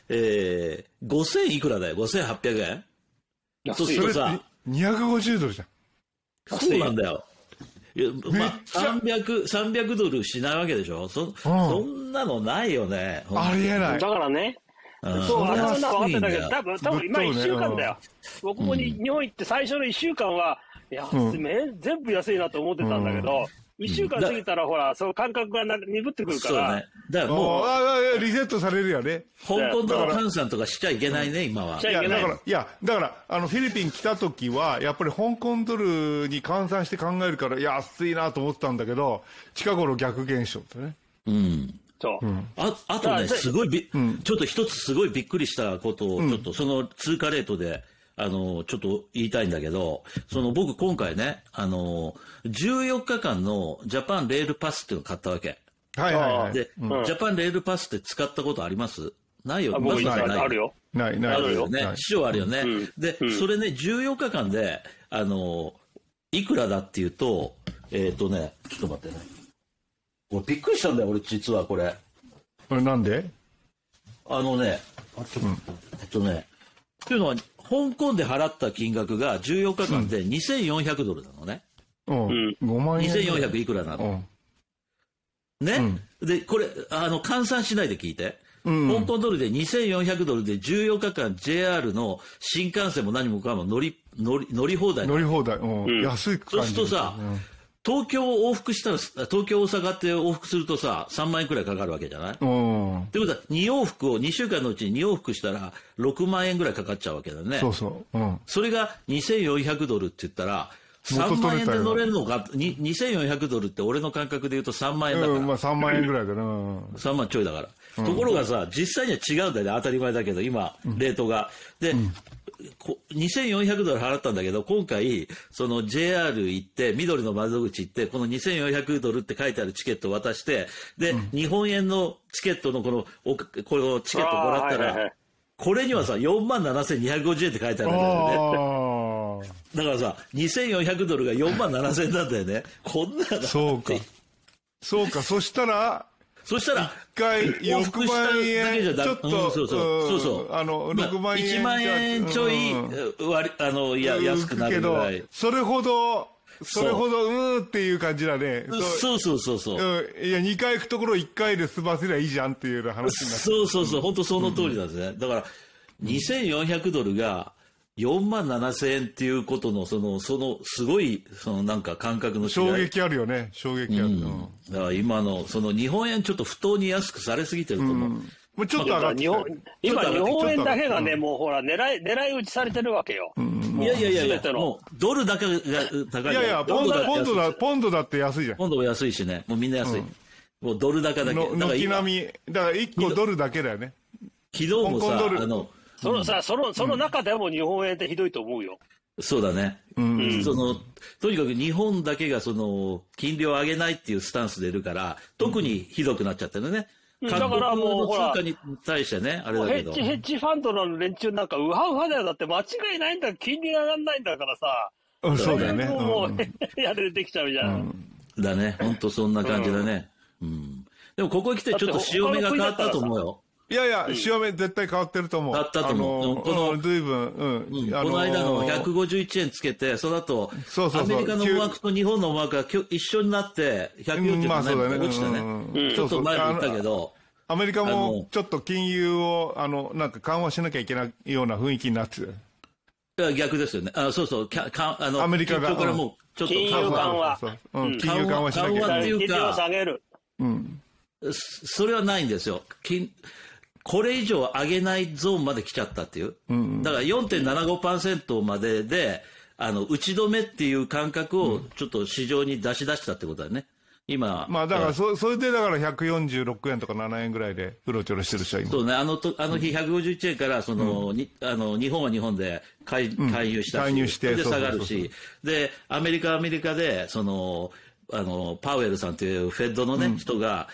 A: えー、5000いくらだよ ?5800 円そう
B: 安
A: す
B: い
A: る
B: よ
A: と
C: それ
A: さ、
C: 250ドルじゃん
B: 安い
A: そうなんだよ。いやまあ、
C: ちゃ
A: 300、300ドルしないわけでしょそ,、そんなのないよね。
C: ありえない
B: だからね、
A: うん
B: そう、
A: それは
B: そんなの分かっ
A: 安い
B: てたけ
A: んだよ
B: ど、多分多分今
C: ぶ
B: 1
C: っ飛ぶね
B: 週間だよ。僕もに日本行って最初の1週間は、いや、
C: うん
B: め全部安いなと思ってたんだけど、1週間過ぎたら、ほら、その感覚がな鈍ってくるか
A: そう
B: ら
A: ね、。だから
C: も
A: も
C: う
A: う、
C: ああリセットされるよね
A: 香港とか換算とかしちゃいけないね、今は。
B: しちゃ
C: い
B: い
C: や
B: け
C: だ
B: ない
C: からいやだからあのフィリピン来た時はやっぱり香港ドルに換算して考えるからいや安いなと思ってたんだけど近頃逆現象ってね
A: うん。
B: そう。
A: ああと
B: だか
A: ね、
B: らそれ
A: すごいび、ちょっと一つすごいびっくりしたことを、ちょっとその通貨レートで、あの、ちょっと言いたいんだけど、その僕今回ね、あの、14日間のジャパンレールパスっていうのを買ったわけ。
C: はいはいはい
A: で、ジャパンレールパスって使ったことありますないよ、
B: あ僕
A: まず
B: いい
A: ない
B: あるよ。
C: ないない
A: あ
B: あ
A: る
B: る
A: よ
B: よ
A: ね
C: な。い
A: 師匠あるよね。
B: うん
A: で、
B: うん
A: それね、14日間で、あの、いくらだっていうと、えっ、とね、ちょっと待ってね。これびっくりしたんだよ、俺実はこれ。
C: これなんで
A: あのね、あちょっとえっとね、というのは、香港で払った金額が14日間で2400ドルなのね。
C: うん、
B: ん
C: 5万円
A: 2400いくらな
C: う
A: の。
C: ん
A: ね、で、これ、あの、換算しないで聞いて。
C: うん
A: 香港ドルで2400ドルで14日間 JR の新幹線も何もかも乗り、乗り、乗り放題なの
C: 乗り放題、うん
B: ん
C: 安い
A: そ
C: 感
A: う
C: じ
A: するとさ、東京を往復したら、東京大阪って往復するとさ、3万円くらいかかるわけじゃない
C: うん、うん
A: ということは、2往復を、2週間のうちに2往復したら、6万円ぐらいかかっちゃうわけだよね。
C: そうそう、うん、
A: それが2400ドルって言ったら、3万
C: 元
A: 円
C: 取れた
A: で
C: よ
A: 乗れるのか、に2400ドルって俺の感覚で言うと3万円だから、
C: うん、まあ3万円ぐらいだ
A: [LAUGHS]
C: な、うん
A: 3万ちょいだから。ところがさ、実際には違うんだよね、当たり前だけど、今、レートが。で、こ2400ドル払ったんだけど、今回、その JR 行って、緑の窓口行って、この2400ドルって書いてあるチケットを渡して、で、日本円のチケットのこの、おこのチケットをもらった
B: あーはいはいは
A: ら
B: い、
A: これにはさ、4万7250円って書いてあるんだよね。
C: あ
A: だ
C: あ、
A: からさ、2400ドルが4万7000円なんだよね。こんなの。
C: そうか
A: って。
C: そうか、そしたら、
A: そしたら、
C: 一回
A: 往復しただけじゃだ
C: 6万円ちょっ
A: う
C: と
A: んそうそう
C: うん
A: そうそう
C: あの
A: ま
C: 6万円じゃ
A: 1万円ちょい、割りあのいや安くなるぐら
C: 浮
A: い
C: くけど。それほど、
A: そう
C: それほど、うーんっていう感じだね。う。
A: そうそうそうそう。
C: うん、いや、2回行くところ1回で済ませりゃいいじゃんっていうような話になって。
A: そうそうそう、本当その通りなんですね。だから、2400ドルが4万7000円っていうことの、その、その、すごい、そのなんか感覚の違い。
C: 衝撃あるよね。衝撃ある。
A: う
C: うんん。
A: だから今の、その日本円ちょっと不当に安くされすぎてると思う。
C: もうちょっと上
B: だか
C: がっ
B: ら
C: て
B: 日
C: きた
B: 本
C: よ。
B: 今、
A: ちょっと上
B: 日
A: がって
B: 本円だけが
C: ち
B: ね、
C: ょっ
B: もうほら、狙い、狙い撃ちされてるわけよ。もう
A: いやいやいやい
B: 全
A: や、
B: ての
A: もうドルだけが高い。
C: いやいや、ポン
A: だ
C: ド
A: け
C: ポンドだ、
A: 安い
C: ポンドだって安いじゃん。
A: ポンドも安いしね、もうみんな安い。もうドル高だけ。だ
C: の
A: から
C: 軒
A: 今、昨
C: 並み。だから1個ドルだけだよね。
A: 日も
C: 香港ド
A: さ、
C: ル
A: あの、
B: そのさ、その、その中でも日本円ってひどいと思うよ。
A: そうだね。
C: うん。
A: そのとにかく日本だけがその金利を上げないっていうスタンスでいるから特にひどくなっちゃってるね、
B: うん
A: 各
B: だから
A: 国
B: もう
A: の
B: ほら
A: 通貨に対してねあれ
B: もう
A: だ
B: ヘ
A: けど
B: ッジ、ヘッジファンドの連中なんか、うはうはだよ。だって間違いないんだ。金利上がんないんだからさ。
C: うんそうだよね。
B: もう、もう
C: うん、
B: [LAUGHS] やれてきちゃうじゃん。
A: だね本当そんな感じだね、うんでもここへ来てちょっと潮目が変わったと思うよ
C: いやいや、潮目絶対変わってると思う。
A: 変わったと思う
C: あの
A: この
C: うん随分、
A: う
C: うんん。
A: こ
C: あ
A: の間の
C: ー
A: 151円つけて、その後、
C: そうそうそう
A: アメリカの思惑と日本の思惑がきょ一緒になって、147
C: うん
A: 円
C: まあそうだね
A: まで落ちたね、
C: うん
A: ちょっと前に言ったけ
C: そう
A: ど、
C: アメリカ
A: あの
C: もちょっと金融を、あの、なんか緩和しなきゃいけないような雰囲気になってる。
A: いや逆ですよね、あそうそう、キャかあの
C: アメリカが
A: 緊張からもうちょっと
B: 金融緩和
C: そうそうそうう
B: うん
C: ん、金融緩和しなきゃいけ
A: 緩和
C: な
A: って
C: い。
A: いうか
B: 金利を下げる。
C: うん。
A: そそれはないんですよ。金これ以上上げないゾーンまで来ちゃったっていう。だから4.75%までで、あの、打ち止めっていう感覚をちょっと市場に出し出したってことだね。今。
C: まあだからそ、それでだから146円とか7円ぐらいでうろちょろしてるでしょ、今。
A: そうね、あのとあの日151円からその、にあの日本は日本で介介入したし、
C: 介入し
A: そ
C: て
A: れで
C: そうそ
A: 下
C: うそう
A: がるし、でアメリカはアメリカでそのあのパウエルさんというフェッドの、ね人が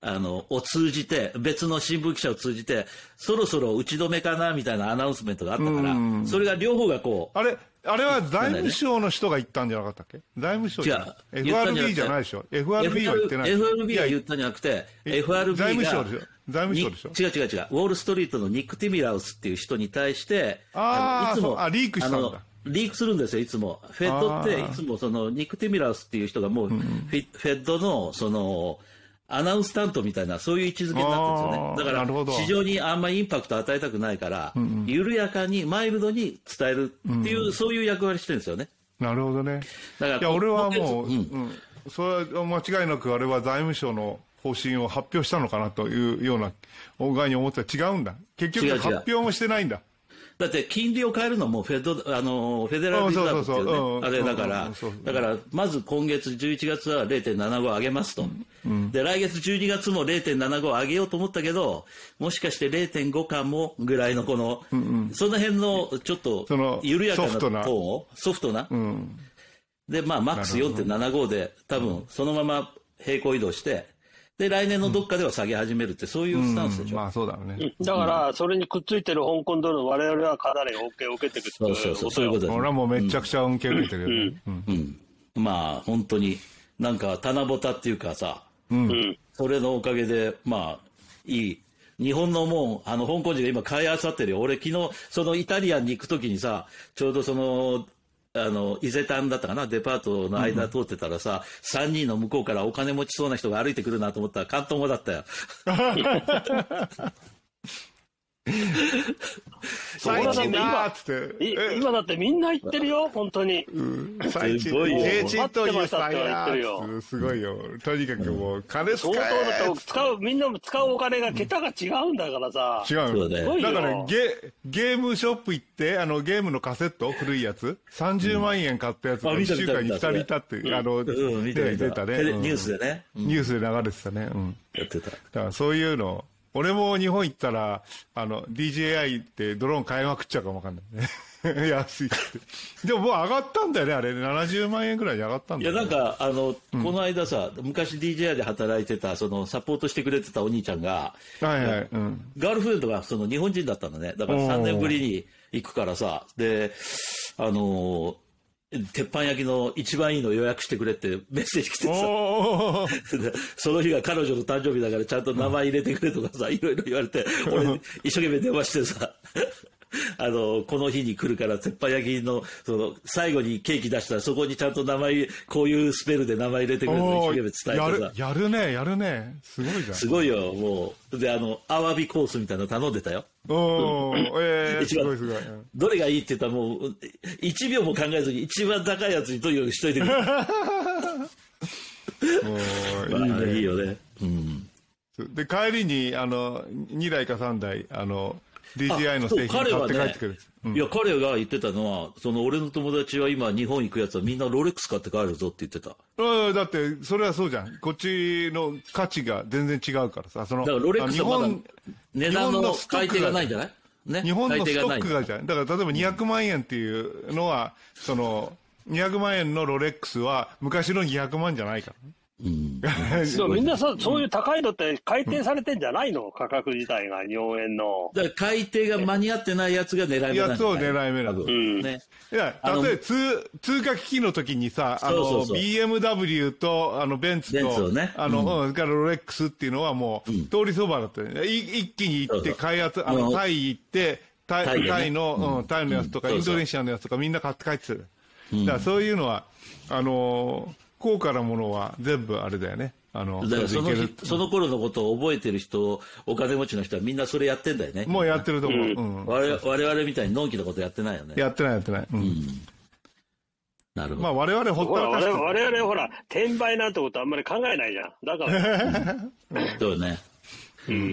A: あのを通じて別の新聞記者を通じてそろそろ打ち止めかなみたいなアナウンスメントがあったから、それが両方がこう
C: あれ、あれは財務省の人が言ったんじゃなかったっけ財務省じゃない
A: 違う言ったんじゃなくて
C: FRB じゃないでしょ ?FRB は言ってない。
A: FRB は言
C: っ
A: ったんじゃなくて、
C: いや
A: FRB が
C: 財務省でしょ財務省でしょ
A: に違う違う違う、ウォール・ストリートのニック・ティミラウスっていう人に対して、
C: あ
A: のい
C: ー
A: つ
C: そう
A: も
C: あリークしたんだ
A: あのリークするんですよ、いつも。フェッドって、いつもそのニック・ティミラウスっていう人がもう、フィフェッドのそのアナウンス担当みたいな、そういう位置づけになってるんですよね。
C: あー
A: だ
C: なる
A: か
C: ほど
A: ら、市場にあんまりインパクト与えたくないから、緩やかに、マイルドに伝えるっていう、そういう役割してるんですよね。
C: なるほどね。
A: だから
C: いや、俺はもう、
A: う
C: うんん、それは間違いなくあれは財務省の方針を発表したのかなというような、大概に思ってたら違うんだ。結
A: 違う違
C: 局
A: う
C: 発表もしてないんだ。
A: だって金利を変えるのもフェドあのフェデラルリザーブっていう
C: うんそうそうそううん
A: ね、あれだか
C: う
A: ら
C: んそうそ
A: だ
C: う、
A: からまず今月11月は0.75上げますと、で来月12月も0.75上げようと思ったけど、もしかして0.5かもぐらいのこの、その辺のちょっ
C: その
A: と緩やかな
C: ソ
A: ト
C: フトな
A: ーンを、ソフトな、
C: うん。
A: で、まあ、マックス4.75で、多分そのまま平行移動して、で、来年のどっかでは下げ始めるって、そういうスタンスでしょ。
C: まあそうだろうね。
B: だから、それにくっついてる香港ドルの我々はかなり恩恵を受けていくって
A: そうそうそう、そういうことです
C: 俺はもうめちゃくちゃ恩恵受けてるよね。うん。
A: まあ本当になんか棚ぼたっていうかさ、それのおかげでまあいい日本のもうあの香港人が今買い漁ってるよ俺昨日そのイタリアンに行く時にさちょうどそのあの伊勢丹だったかなデパートの間通ってたらさ、3人の向こうからお金持ちそうな人が歩いてくるなと思ったら関東語だったよ
B: そう
C: 最近だーっつって。
B: い
C: え
B: 今だってみんな言ってるよ、本当に。
C: うん最
A: す
C: 近、
A: ごいよ
C: 税賃
B: 待
C: と
B: って
C: い
B: ま
C: う
B: したって
C: 最
B: 言われてるよ
C: 悪すごいよ。とにかくもう、金使
B: 相当だ
C: え
B: って使う、みんなも使うお金が桁が違うんだからさ。
C: 違う
A: そうだよ
C: よ。だからゲ、ゲームショップ行って、あの、ゲームのカセット、古いやつ、30万円買ったやつが
A: あ見
C: 1
A: た
C: 週間に2人いたって、あの、
A: うん見て
C: で
A: 見
C: 出
A: た
C: たね。
A: テレ
C: うん
A: ニュースでね、うん
C: ニュースで流れてたね。うん。
A: やってた
C: だからそういうの、俺も日本行ったら、あの、DJI ってドローン買いまくっちゃうかもわかんないね。 [LAUGHS] 安いって。でももう上がったんだよね、あれね。70万円ぐらいに上がったん
A: い
C: だ
A: や
C: よ、ね。
A: なんかあの、この間さ昔 DJI で働いてたそのサポートしてくれてたお兄ちゃんが
C: はいはい。うん。
A: ガールフレンドがその日本人だったのねだから
C: おー
A: 3年ぶりに行くからさであのー鉄板焼きの一番いいの予約してくれってメッセージ来てさ、
C: おー
A: で [LAUGHS] その日が彼女の誕生日だからちゃんと名前入れてくれとか
C: [LAUGHS]
A: さ、いろいろ言われて、俺、一生懸命電話してさ、 [LAUGHS] あの、この日に来るから、鉄板焼きの、その、最後にケーキ出したら、そこにちゃんと名前、こういうスペルで名前入れてくれと
C: お
A: 一生懸
C: ーや
A: 命伝え
C: る
A: てさ、
C: やるね、やるね。すごいじゃん。
A: すごいよ、もう。で、あの、アワビコースみたいなの頼んでたよ。
C: おーえ
A: [LAUGHS]
C: ー、
A: 一
C: す
A: 番
C: ごいすごい。うん
A: どれがいいって言ったらもう、1秒も考えずに一番高いやつにとにかくしとい
C: [LAUGHS]
A: てくれ。
C: おー
A: まあ
C: いいね
A: いいよね。うん。
C: で、帰りに、あの、2台か3台、あの、DJI の
A: そう
C: 製品買って帰ってくる。
A: 彼はねいや、彼が言ってたのは、その俺の友達は今日本行くやつはみんなロレックス買って帰るぞって言ってた。だか
C: うん、だって、それはそうじゃん。こっちの価値が全然違うからさ、その、
A: らロレックスはまだ
C: 日本
A: 値段の
C: 日本のスト
A: 改
C: ッ
A: 定
C: ク
A: が
C: が
A: ないんじゃないね。
C: 日本のストック
A: 改定
C: がじゃん。だから、例えば200万円っていうのは、その、200万円のロレックスは昔の200万じゃないから。
A: [LAUGHS]
B: そうみんなそそういう高いのって改定されてんじゃないの、価格自体が、日本円の。
A: だから改定が間に合ってないやつが狙い目なんじゃない
C: やつを狙い目な
A: 多
C: の
A: 分
B: ん
A: ね。
C: いや、
A: あの
C: 例えば通、通貨危機の時にさ、あの、
A: そうそうそう
C: BMW と、あの、ベンツ
A: ベンツを
C: と、
A: ね
C: あの、うん、それからロレックスっていうのはもう、通りそばだったよね。い一気に行っ
A: そう
C: て、
A: そう
C: 開発、あ
A: あの
C: の、タイ行って、タイ
A: タイでね
C: タイの、うん、タイのやつとか、
A: うん
C: インドネシアのやつとか、みんな買って帰ってくる。だからそういうのは、あの、高価なものは全部あれだよね。あの、
A: だからその
C: れでい
A: 日
C: ける
A: その頃のことを覚えてる人、お金持ちの人はみんなそれやってんだよね。
C: もうやってるとこう。うん。
A: 我々我々みたいにのんきなことやってないよね。
C: やってないやってない。うん。
A: なるほど。
C: まあ我々ほっ
B: ほ
C: た
B: ら
C: らか
B: 我
C: し
B: 々、
C: て。
B: 我々ほら、転売なんてことあんまり考えないじゃん。だ
C: [LAUGHS]
B: から、
A: そうよね。
B: うん、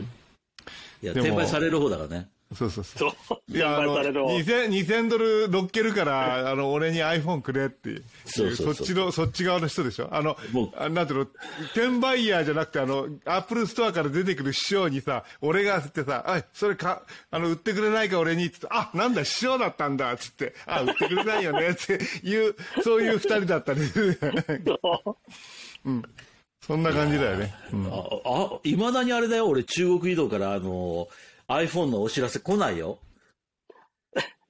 A: いや、
C: でも
A: 転売される方だからね。
C: そうそうそう。
B: そう、
C: いや、あ
B: 転
C: の、
B: 売される方
C: 2000、2000ドル乗っけるから、あの、俺に iPhone くれっていう。
A: そうそうそう
C: っちの、そっち側の人でしょあの
A: もう、
C: あなんていうの、転売ヤーじゃなくて、あの、アップルストアから出てくる師匠にさ、俺がってさ、あ、それか、あの、売ってくれないか俺に、つって、あ、なんだ、師匠だったんだ、つって、あ、売ってくれないよね、っていう、そういう二人だったね。そんな感じだよね。うん
A: あ、あ、いまだにあれだよ、俺、中国移動から、あの、iPhone のお知らせ来ないよ。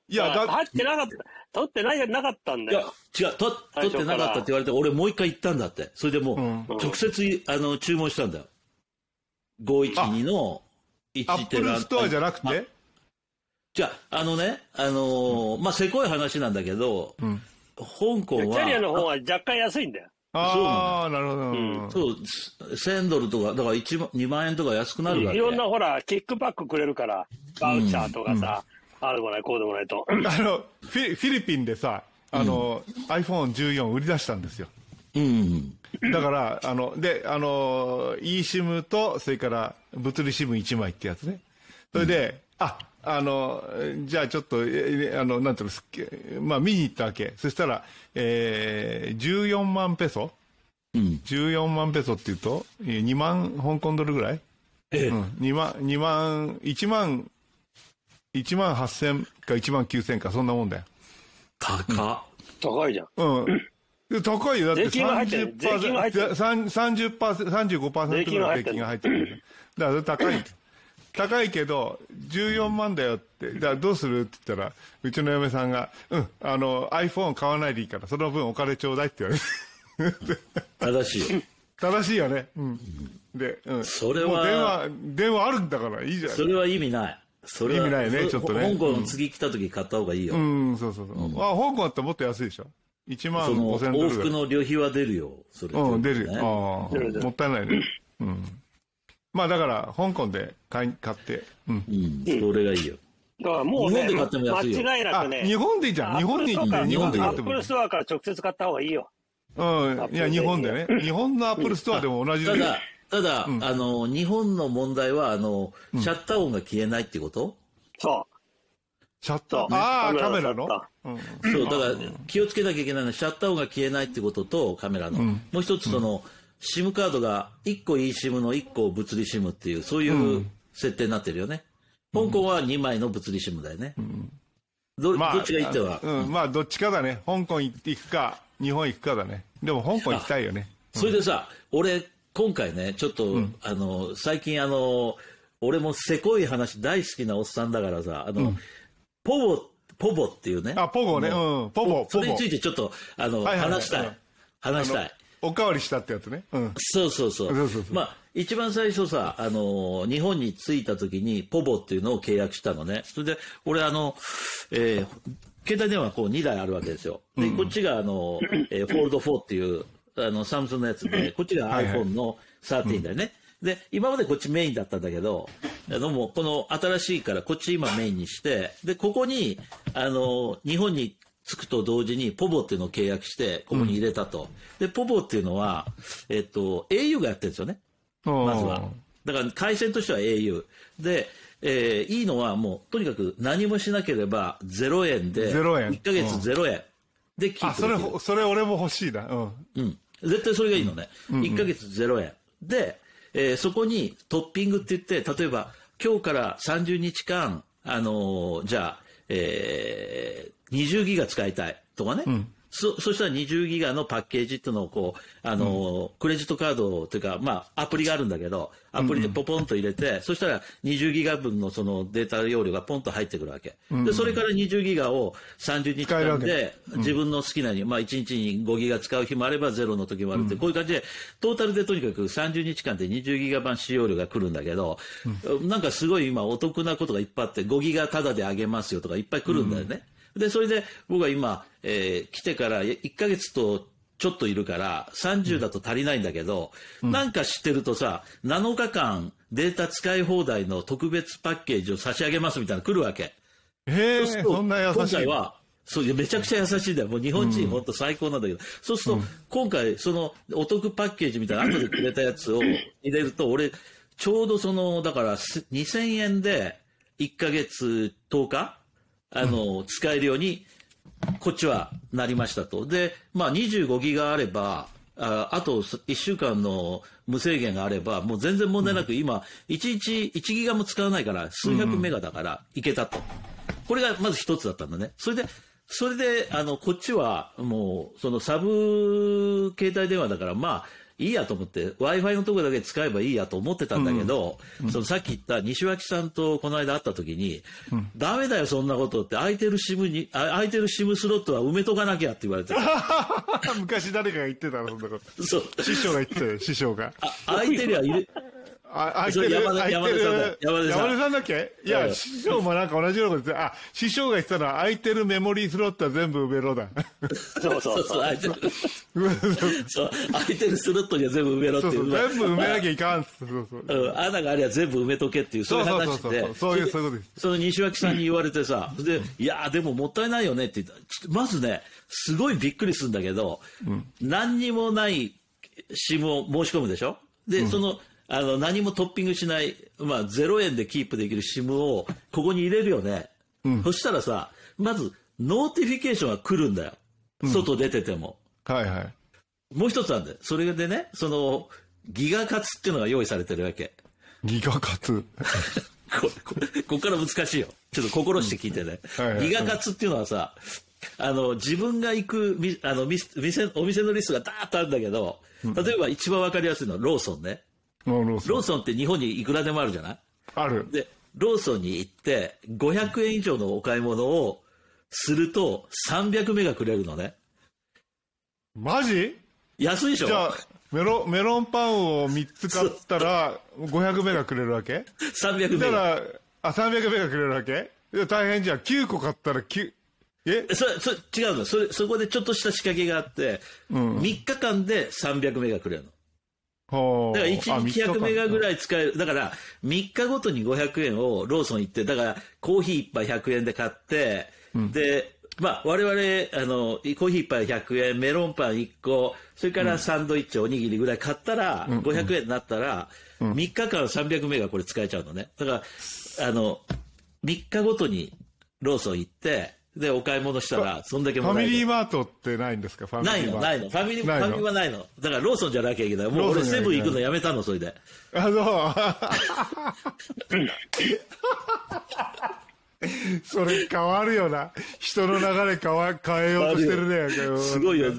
C: い
B: い
C: や、だ、
B: 入ってなかった、取ってないなかったん
A: い
B: だ
A: や
B: よ。、
A: 違う、と、取ってなかったって言われて、俺もう一回行ったんだって。それでもう、
C: うん
A: 直接、あの、注文したんだよ。512の
C: ア
A: 1
C: ップルストアじゃなく
A: あ
C: て、
A: じゃあ、あのね、あのーまあ、せこい話なんだけど、
C: うん。
A: 香
B: キ
A: 港は、
B: ャリアの方は若干安いんだよ。
C: ああ、なるほど。
B: ん
A: そう、1000ドルとか、だから1万、2万円とか安くなるわけ。
B: いろんなほら、キックバックくれるから、バウチャーとかさ、あるもない、こうでもないと。
C: あのフィリフィリピンでさあの、iPhone14 売り出したんですよ
A: うん。
C: だからあのであの eSIM とそれから物理 SIM1 枚ってやつねそれで、ああのじゃあちょっとえあのなんていうのすっけまあ見に行ったわけそしたら、えー、14万ペソ
A: うん。
C: 14万ペソっていうと2万香港ドルぐらい、
A: ええ
C: うん、2万2万1万1万8000か1万9000かそんなもんだよ
A: 高っ。
B: 高いじゃん。
C: うん。高いよ。だって
B: 税金が入ってる税金が入ってる
C: 30%、30%、35%ぐらい税金が入ってる。だから高い。高いけど、14万だよって。だからどうするって言ったら、うちの嫁さんが、うん、あの、iPhone 買わないでいいから、その分お金ちょうだいって [LAUGHS] 言われて。
A: 正しい。
C: 正しいよね。うん。で、うん。
A: それは
C: もう電話、電話あるんだから、いいじゃん。
A: それは意味ない。それは
C: 意味ないね
A: そ
C: ちょっとね
A: 香港の次来た時買った方がいいよ。
C: うん、そうそうそう。あ、香港だったらもっと安いでしょ。1万
A: その
C: 5千ドル
A: 往
C: ぐら
A: 復
C: い。
A: の旅費は出るよ。それ
C: うん、出るよ。
A: ね
C: ああ、も
B: 出る出る
C: ったいないね。うん。まあだから、香港で買い買って。うん。
A: うん、それがいいよ。
B: だからもうね、
A: 日本で買っても安いよ
B: 間違いな
C: あ
B: く、ね、
C: 日本でいいじゃん。日本に行って、日本で
B: ア
C: 買って
B: ッ
C: も
B: プ
C: いい
B: ルス。トアから直接買った方がいいよ。
C: うん。いや、日本でね。日本のアップルストアでも同じ
A: ただ、ただ、あの、日本の問題は、あの、シャッター音が消えないってこと、
B: そ
C: シャッター
B: そ。う
C: ああ、
B: カ
C: カ
B: メ
C: メ
B: ラ
C: ラ
B: の
C: の
B: シャッタ
C: うん。
A: そう、だから、気をつけなきゃいけないのは、シャッター音が消えないってことと、カメラの。もう一つ、その、SIM カードが、1個 eSIM の1個物理 SIM っていう、そういう設定になってるよね。香港は2枚の物理 SIM だよね。どどっちがいいっては、
C: うん。まあ、どっちかだね。香港行くか、日本行くかだね。でも、香港行きたいよね。
A: それでさ、俺、今回ね、ちょっと、あの、最近、あの、俺もせこい話大好きなおっさんだからさ、あの、ポボポボっていうね。
C: あ、ポゴね。うん。ポボ、
A: そ
C: ポ
A: れに
C: ボ
A: つ。いてちょっと、あの、
C: はいはいはい
A: 話した
C: う
A: い
C: ん。
A: 話したい。
C: おかわりしたってやつね。うん。
A: そうそうそう。
C: そうそうそう
A: まあ、一番最初さ、あのー日本に着いた時に、ポボっていうのを契約したのね。それで、俺、あの、えー携帯電話こう2台あるわけですよ。で、こっちが、あの、えー、フォールド4っていう、あの、サムスンのやつで、こっちが
C: はいはい
A: iPhone の13だよね。で、今までこっちメインだったんだけど、あの、もうこの新しいから、こっち今メインにして、で、ここに、あの、日本に着くと同時に、ポボっていうのを契約して、ここに入れたと。で、ポボっていうのは、えっと、au がやってるんですよね。まずは。だから回線としては au。で、えーいいのはもう、とにかく何もしなければ0円で、
C: 0円
A: 1ヶ月0円でキー
C: あ、
A: プ
C: そ
A: で
C: れ
A: きる、
C: ほ、それ俺も欲しいな。うん。
A: うん。絶対それがいいのね。1ヶ月0円。で、えーそこにトッピングって言って、例えば、今日から30日間、あのーじゃあ、えー20ギガ使いたいとかね。そ、そしたら20ギガのパッケージっていうのをこう、あのークレジットカードというか、まあ、アプリがあるんだけど、アプリでポポンと入れて、そしたら20ギガ分のそのデータ容量がポンと入ってくるわけ。で、それから20ギガを30日
C: 使えるわ
A: 間
C: け
A: で、自分の好きなに、まあ、1日に5ギガ使う日もあればゼロの時もあるって、こういう感じでトータルでとにかく30日間で20ギガ版使用量が来るんだけど、なんかすごい今お得なことがいっぱいあって5ギガタダであげますよとかいっぱい来るんだよね。でそれで僕は今、えー来てから1ヶ月とちょっといるから30だと足りないんだけど、なんか知ってるとさ7日間データ使い放題の特別パッケージを差し上げますみたいなの来るわけ。
C: へえ、
A: そうすると
C: そんな優
A: 今
C: し
A: 回
C: い。
A: は、そういやめちゃくちゃ優しいんだよ。もう日本人本当最高なんだけど。そうすると、今回、そのお得パッケージみたいな後でくれたやつを入れると、俺、ちょうどその、だからす2000円で1ヶ月10日、あの、使えるように、こっちはなりましたと。で、まあ25ギガあれば、ああと1週間の無制限があれば、もう全然問題なく、今、1日1ギガも使わないから、数百メガだから、いけたと。これがまず一つだったんだね。それで、それで、あの、こっちは、もう、そのサブ携帯電話だから、まあ、いいやと思って、Wi-Fi のとこだけ使えばいいやと思ってたんだけど、そのさっき言った西脇さんとこの間会った時に、ダメだよ、そんなことって、空いてる SIM に、あ空いてる SIM スロットは埋めとかなきゃって言われて、
C: [LAUGHS] [LAUGHS] 昔誰かが言ってたの、そんなこ
A: そう。
C: と。師匠が言っ
A: [LAUGHS]
C: てたよ、師匠が。
A: あ空いてりゃいる。
C: あ、空いて
A: それ
C: る、
A: 山田
C: 空いてる。
A: 山田さんだ山田さん
C: 山田さんだっけいうや、
A: ん
C: 師匠もなんか同じようなこと言ってたあ、師匠が言ってたのは、空いてるメモリースロットは全部埋め
A: [LAUGHS]
C: ろだ。
B: そうそ
A: そううそう、空いてる。
C: そう
A: そう、空いてるスロットには全部埋めろって
C: そう、
A: い
C: 全
A: う。
C: 部埋めなきゃいかんっつって。そうそう。
A: うん、穴がありゃ全部埋めとけっていう、そういう話
C: そうそうそうそ
A: で
C: う、そういう
A: れ
C: そういうことです
A: その西脇さんに言われてさ、で、いやーでももったいないよねって言ったちょっとまずね、すごいびっくりするんだけど、何にもない SIM を申し込むでしょで、その、あの、何もトッピングしない、まあ、0円でキープできる SIM をここに入れるよね。そしたらさ、まず、ノーティフィケーションが来るんだよ。外出てても。
C: はいはい。
A: もう一つなんだよ。それでね、その、ギガ活っていうのが用意されてるわけ。
C: ギガ活。
A: こ [LAUGHS] ここっから難しいよ。ちょっと心して聞いてね
C: うんはい。はい
A: ギガ活っていうのはさ、あの、自分が行くみあのみ店、お店のリストがダーッとあるんだけど、例えば一番わかりやすいのはローソンね。
C: もうローソン
A: ローソンって日本にいくらでもあるじゃない
C: ある。
A: で、ローソンに行って、500円以上のお買い物をすると、300メガくれるのね。
C: マジ
A: 安いでしょ
C: じゃあ、メロン、メロンパンを3つ買ったら、500メガくれるわけ
A: ?300 メ
C: だか
A: ガ。
C: ら、あ、300メガくれるわけいや大変じゃん。9個買ったら9、え
A: それ、それ、違うの。それ、そこでちょっとした仕掛けがあって、
C: うん
A: 3日間で300メガくれるの。
C: ほ
A: だから1日100メガぐ
C: い。
A: らい使える。だから3日ごとに500円をローソン行って、だからコーヒー一杯100円で買って、で、まあ我々、あの、コーヒー一杯100円、メロンパン1個、それからサンドイッチ、おにぎりぐらい買ったら、500円になったら、3日間300メガこれ使えちゃうのね。だから、あの、3日ごとにローソン行って、で、お買い物したら、そんだけ
C: フ
A: も
C: ァ
A: らえ
C: ミ
A: る。
C: リーマートってないんですかファミ
A: な
C: リ
A: い
C: ーマ
A: の、
C: ート。
A: ないの。ファミリー、フ
C: ないの
A: ァミマないの。だからローソンじゃなきゃいけない。もう
C: ローソン
A: 俺
C: じゃ
A: セ
C: なきゃ
A: ブ
C: いけ
A: ン
C: ない
A: 行くのやめたの、それで。
C: あ、
A: [LAUGHS]
C: そう。それ変わるよな。人の流れ変わ、変えようとしてるね。
A: [LAUGHS] すごいよ。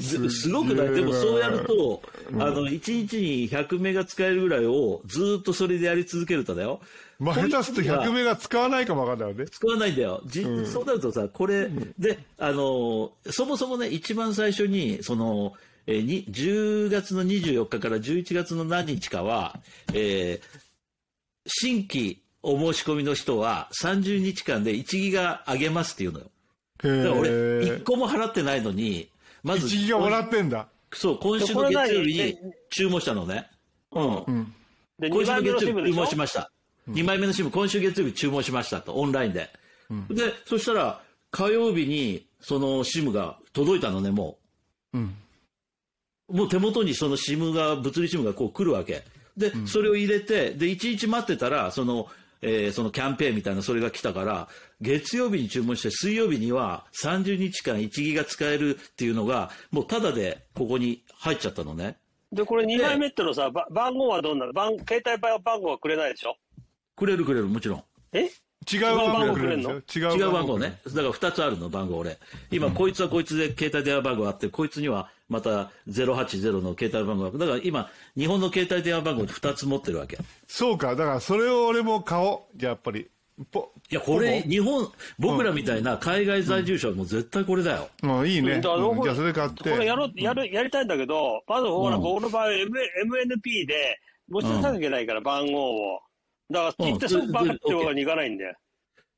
A: すすごくないでもそうやると、あの、1日に100メガ使えるぐらいをずっとそれでやり続けるとだよ。
C: まあ、下手すると100名が使わないかもわかんないよね。
A: 使わないんだよ。じ
C: うん
A: そうなるとさ、これ、で、あの、そもそもね、一番最初に、その、えーに10月の24日から11月の何日かは、えー新規お申し込みの人は30日間で1ギガ上げますっていうのよ。
C: へ
A: だから俺、
C: え
A: 1。個も払ってないのに、まず、
C: 1ギガもらってんだ。
A: そう、今週の月曜日
B: これ
A: に注文したのね。うん
C: う。ん。
B: で、
A: 今週
B: 2
A: の
B: 番
A: 月
B: 目の
A: 曜日注
B: シムでし
A: 文
B: ょ
A: しました。2枚目のシム、今週月曜日注文しましたと、オンラインで。で、そしたら、火曜日に、そのシムが届いたのね、も
C: うん。
A: う。もう手元にそのシムが、物理シムがこう来るわけ。で、それを入れて、で、1日待ってたら、その、えーそのキャンペーンみたいな、それが来たから、月曜日に注文して、水曜日には30日間1ギガ使えるっていうのが、もうタダでここに入っちゃったのね。
B: で、これ2枚目ってのさ、ば番号はどんなの番携帯番号はくれないでしょ
A: くれるくれる、もちろん。
B: え
C: 違う番号くれるんですよ。
A: 違う番号。ね。だから2つあるの、番号俺。今、こいつはこいつで携帯電話番号あって、こいつにはまた080の携帯番号があるだから今、日本の携帯電話番号2つ持ってるわけ。い
C: そうか。だから、それを俺も買おう。じゃあ、やっぱり。ぽ
A: や、これ、日本、僕らみたいな海外在住者はもう絶対これだよ。
C: うん、いいね。う
B: だ
C: んじ
B: からどこ
C: ゃあ、それ買って。
B: これやろう、やる、やりたいんだけど、まずほら、
A: うん
B: 僕の場合、M MNP で、持ち出さなきゃいけないから、番号を。だから、
A: うん
B: 行ってすぐバカってわけにいかないんで。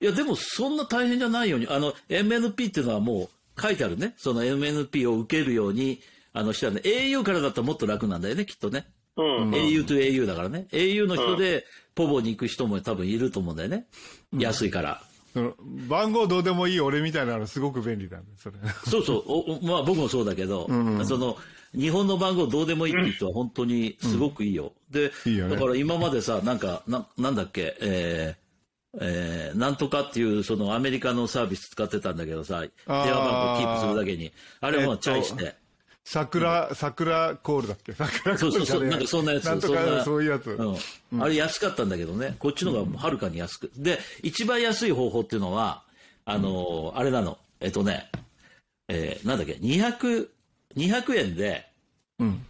A: いや、でもそんな大変じゃないように、あの、MNP っていうのはもう書いてあるね。その MNP を受けるように、あの、したね。au からだったらもっと楽なんだよね、きっとね。
B: うん。
A: au to au だからね。au の人で、ポボに行く人も多分いると思うんだよね。安いから。
C: その番号どうでもいい俺みたいなのすごく便利なんで、それ。 [LAUGHS]
A: そうそう、おおまあ僕もそうだけど、その、日本の番号どうでもいいって人は本当にすごくいいよ。で
C: いいよね
A: だから今までさ、なんか、ななんだっけ、えーえーなんとかっていう、そのアメリカのサービス使ってたんだけどさ、電話番号キープするだけに、あれもチャイして、
C: 桜、桜コールだっ
A: [LAUGHS]
C: け桜コ
A: そう
C: ー
A: そう
C: ル
A: そう、
C: じゃねえ
A: なんかそんなやつ。
C: なんと
A: そん
C: か
A: な
C: そういうやつ。
A: うんあれ安かったんだけどね、こっちの方がはるかに安く。で、一番安い方法っていうのは、あのーあれなの、えっとね、えーなんだっけ、200、200円で、
C: ん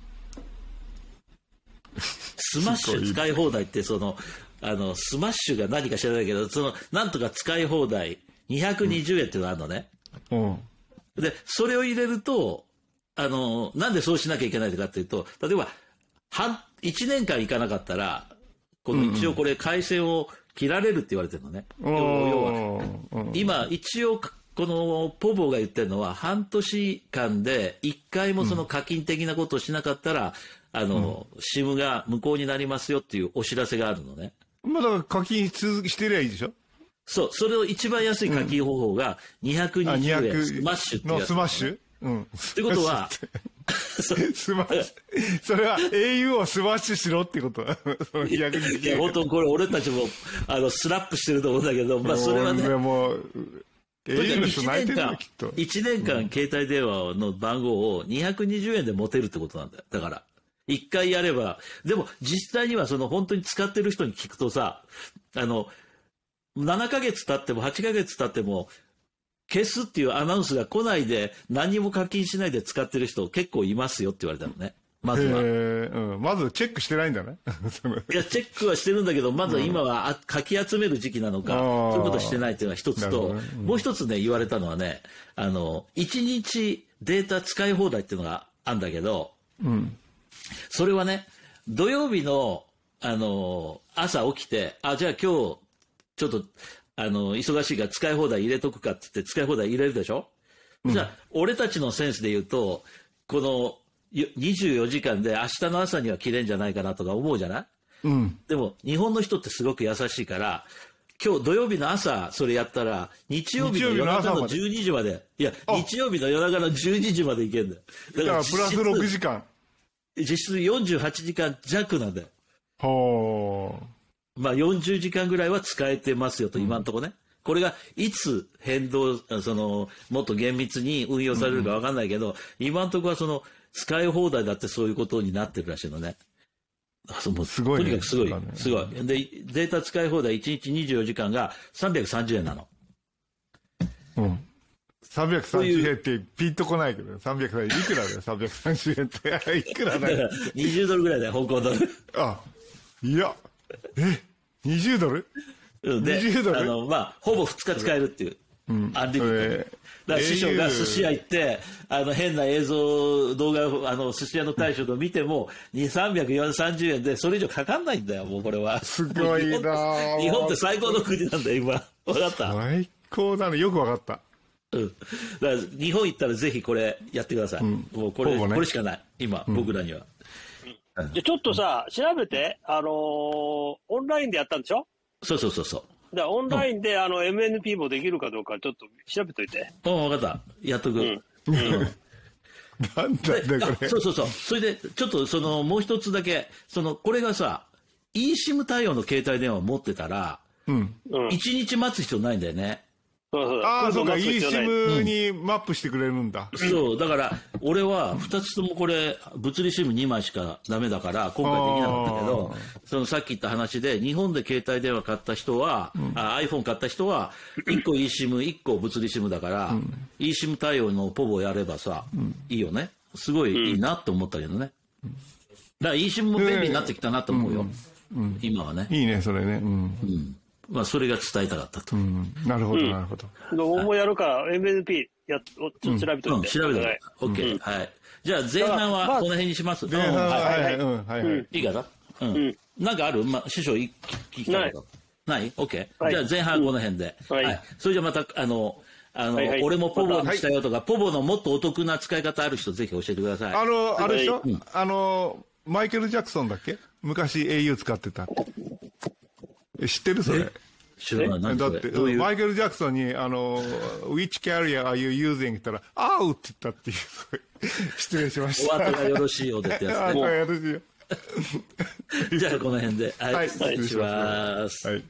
A: スマッシュ使い放題って、その、あの、スマッシュが何か知らないけど、その、なんとか使い放題、220円っていうのがあるのね。
C: うん。
A: で、それを入れると、あの、なんでそうしなきゃいけないかっていうと、例えば、半、1年間行かなかったら、この一応これ回線を切られるって言われてるのね。要は
C: おーうん
A: 今、一応、このポボが言ってるのは、半年間で1回もその課金的なことをしなかったら、あの、シムが無効になりますよっていうお知らせがあるのね。
C: まあだから課金し続けしてりゃいいでしょ
A: そう、それを一番安い課金方法が
C: あ、
A: 220円、スマッシュっていう
C: の
A: やつ
C: スマッシュうん。っ
A: ってことは、そう
C: [LAUGHS] スマッシュ。それは au をスマッシュしろってこと [LAUGHS] だ。その220
A: いや、本当、これ、俺たちも、あの、スラップしてると思うんだけど、まあ、それはね、
C: 俺もう、
A: [LAUGHS] とにか
C: au
A: く
C: の人
A: 1
C: 泣いて
A: 年
C: るよ
A: 間、、
C: きっと。
A: 一年間、携帯電話の番号を220円で持てるってことなんだよ。だから、一回やれば、でも、実際には、その、本当に使ってる人に聞くとさ、あの、7ヶ月経っても、8ヶ月経っても、消すっていうアナウンスが来ないで、何も課金しないで使ってる人結構いますよって言われたのね。まずは。
C: えーうんまずチェックしてないんだね。 [LAUGHS] その
A: いや、チェックはしてるんだけど、まだ今はあかき集める時期なのか、
C: あー
A: そういうことしてないっていうのは一つ
C: なるほ
A: と、
C: どねうん
A: もう一つね、言われたのはね、あの、1日データ使い放題っていうのがあるんだけど、
C: うん。
A: それはね、土曜日の、あの、朝起きて、あ、じゃあ今日、ちょっと、あの、忙しいから使い放題入れとくかって言って、使い放題入れるでしょ、じゃあ、俺たちのセンスで言うと、この、よ24時間で明日の朝には切れんじゃないかなとか思うじゃない
C: うん。
A: でも、日本の人ってすごく優しいから、今日土曜日の朝、それやったら、日曜日の夜中の
C: 日
A: 12時まで、いや、
C: あ
A: 日曜日の夜中の12時までいけんだよ。だ
C: だからプラス6
A: 時。
C: 時間。
A: 実質48時間弱なんだよ。
C: ほう。
A: まあ40時間ぐらいは使えてますよと、今のところね。これがいつ変動、あその、もっと厳密に運用されるかわかんないけど、今のところはその、使い放題だってそういうことになってるらしいのね。あそうもう
C: すごいね
A: とにかくすごい、
C: なんかね
A: すごい。で、データ使い放題1日24時間が330円なの。 [LAUGHS]
C: うん。
A: ういう
C: 330円ってピンとこないけど、330円。いくらだよ、330円
A: [LAUGHS]
C: って。いくらだ [LAUGHS]
A: だか
C: よ
A: ら。20ドルぐらいだよ、香港ドル。
C: あ、いや、え、 20ドル
A: うんで
C: 20ド、ル
A: あの、まあ、ほぼ2日使えるっていう。アンリミッ
C: そ
A: ト
C: れ
A: で。だから師匠が
C: au
A: 寿司屋行って、あの、変な映像、動画を、あの、寿司屋の大将と見ても、2、330円で、それ以上かかんないんだよ、もうこれは。
C: すごいなぁ
A: 日本って最高の国なんだよ、今。わかった
C: 最高だね。よくわかった。
A: うんだから日本行ったらぜひこれやってください。もうこれ、
C: ほぼね
A: これしかない。今、僕らには。
B: じゃあちょっとさ、調べて、あのーオンラインでやったんでしょ
A: そうそうそうそう。
B: だからオンラインで、あの、MNP もできるかどうか、ちょっと調べといて。
A: うん、分かった。やっとく。うん [LAUGHS]
C: なんだ
A: で
C: ね、こ
A: あ
C: れ
A: そ。うそうそう。それで、ちょっとその、もう一つだけ、その、これがさ、eSIM 対応の携帯電話を持ってたら、
C: うん。
B: うん。
A: 一日待つ必要ないんだよね。
B: そうそう
C: ああ、そうか、
B: 今度待つ必要ない
C: eSIM にマップしてくれるんだ。
A: そう、だから、俺は2つともこれ、物理 SIM2 枚しかダメだから、今回できなかったけど、そのさっき言った話で、日本で携帯電話買った人は、あ iPhone 買った人は、1個 eSIM、1個物理 SIM だから、eSIM 対応のポボやればさ、いいよね。すごいいいなと思ったけどね。だから eSIM も便利になってきたなと思うよ。今はね。
C: いいね、それね。うん。
A: まあ、それが伝えたかったと。
C: うんなるほど、なるほど。
B: もうやるから、MNP やっ、おちょっと調べと
A: う
B: い
A: ん、
B: て。
A: 調べたら。OK。はい。じゃあ、前半はこの辺にします。
C: 前半は、
A: うん
C: はい
B: い
C: は、
B: はいい
C: うん、はいはい。
A: いいかなうん。なんかあるまあ、師匠、い聞きたいこと。ない ?OK。
B: はい
A: じゃあ前半この辺で。
B: はい
A: はい。それじゃまた、あの、あの
B: はいはい、
A: 俺もポボにしたよとか、ポボのもっとお得な使い方ある人、ぜひ教えてくださ
C: あ
A: い。
C: の、あれでしょあの、マイケル・ジャクソンだっけ昔 au 使ってたって。え知ってるそれ。
A: 知らない。何
C: だ
A: そ
C: っ
A: れ
C: て、
A: どういう。
C: マイケル・ジャクソンに、あの、which carrier are you using? って言ったら、あうって言ったっていう、 [LAUGHS] 失礼しまし
A: お
C: た。
A: 後がよろしいようで
C: [LAUGHS]
A: ってや
C: あ
A: つね
C: これ私よ
A: じゃあこの辺で。は
C: はい
A: い。失礼します。
C: はい。